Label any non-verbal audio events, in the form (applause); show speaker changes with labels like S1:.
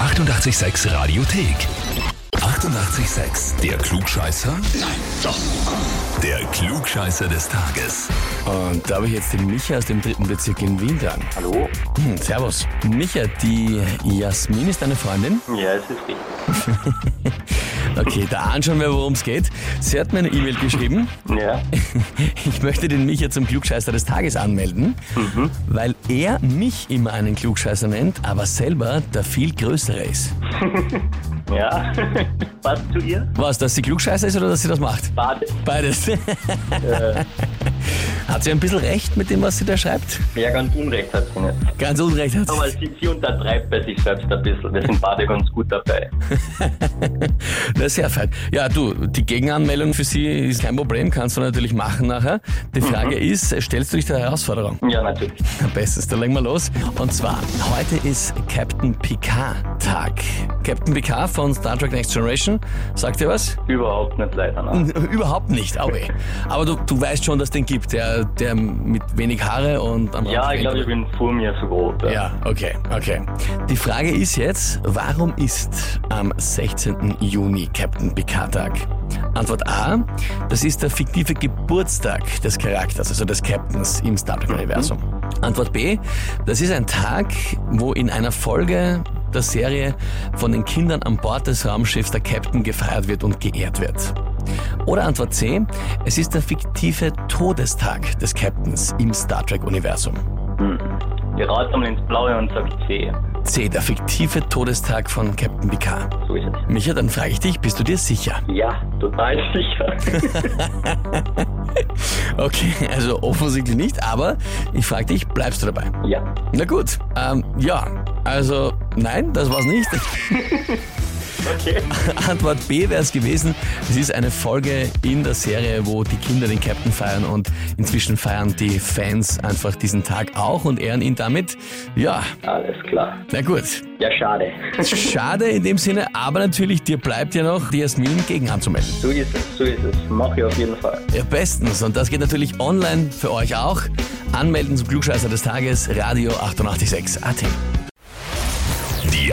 S1: 886 Radiothek. 88,6. Der Klugscheißer? Nein, doch. Der Klugscheißer des Tages.
S2: Und da habe ich jetzt den Micha aus dem dritten Bezirk in Wien dran.
S3: Hallo?
S2: Hm, servus. Micha, die Jasmin ist deine Freundin.
S3: Ja, es ist richtig.
S2: Okay, da ahnen schon wir, worum es geht. Sie hat mir eine E-Mail geschrieben. (laughs)
S3: Ja,
S2: Ich möchte den Micha zum Klugscheißer des Tages anmelden, weil er mich immer einen Klugscheißer nennt, aber selber der viel größere ist.
S3: ja. (laughs) Passt zu ihr?
S2: Was, dass sie Klugscheißer ist oder dass sie das macht?
S3: Bade.
S2: Beides. (laughs) Hat sie ein bisschen recht mit dem, was sie da schreibt?
S3: Ja, ganz unrecht hat sie nicht.
S2: Ganz unrecht hat sie.
S3: Aber sie, sie untertreibt bei sich selbst ein bisschen. Wir sind beide ganz gut dabei.
S2: Na, sehr fein. Ja, du, die Gegenanmeldung für sie ist kein Problem, kannst du natürlich machen nachher. Die
S3: Mhm.
S2: Frage ist, stellst du dich der Herausforderung? (laughs)
S3: Ja, natürlich.
S2: Am besten, dann legen wir los. Und zwar, heute ist Captain Picard-Tag. Captain Picard von Star Trek Next Generation. Sagt ihr was? (laughs)
S3: Überhaupt nicht leider. Nein.
S2: Überhaupt nicht, aber, aber du, du weißt schon, dass den gibt, der, der mit wenig Haare und am
S3: Ja,
S2: Rand
S3: ich glaube, ich bin vor mir so groß.
S2: ja, okay, okay. Die Frage ist jetzt, warum ist am 16. Juni Captain Picard Tag? Antwort A, das ist der fiktive Geburtstag des Charakters, also des Captains im Star Trek-Universum. Antwort B, das ist ein Tag, wo in einer Folge der Serie von den Kindern an Bord des Raumschiffs der Captain gefeiert wird und geehrt wird. Oder Antwort C, es ist der fiktive Todestag des Captains im Star Trek-Universum.
S3: Ich rate einmal ins Blaue und sage C.
S2: C. Der fiktive Todestag von Captain Picard.
S3: So ist es.
S2: Micha, dann frage ich dich, bist du dir sicher?
S3: Ja, total (laughs) sicher.
S2: Okay, (laughs) also offensichtlich nicht, aber ich frage dich, bleibst du dabei?
S3: ja.
S2: Na gut, ähm, ja, also nein, das war's nicht.
S3: Okay.
S2: (laughs) Antwort B wäre es gewesen. Es ist eine Folge in der Serie, wo die Kinder den Captain feiern und inzwischen feiern die Fans einfach diesen Tag auch und ehren ihn damit. Ja,
S3: Alles klar.
S2: na gut.
S3: Ja, schade.
S2: Schade in dem Sinne, aber natürlich, dir bleibt ja noch, die Jasmin gegen anzumelden.
S3: So ist es, so ist es. Mach ich auf jeden Fall.
S2: Ja, bestens. Und das geht natürlich online für euch auch. Anmelden zum Klugscheißer des Tages, Radio 886 AT.
S1: Die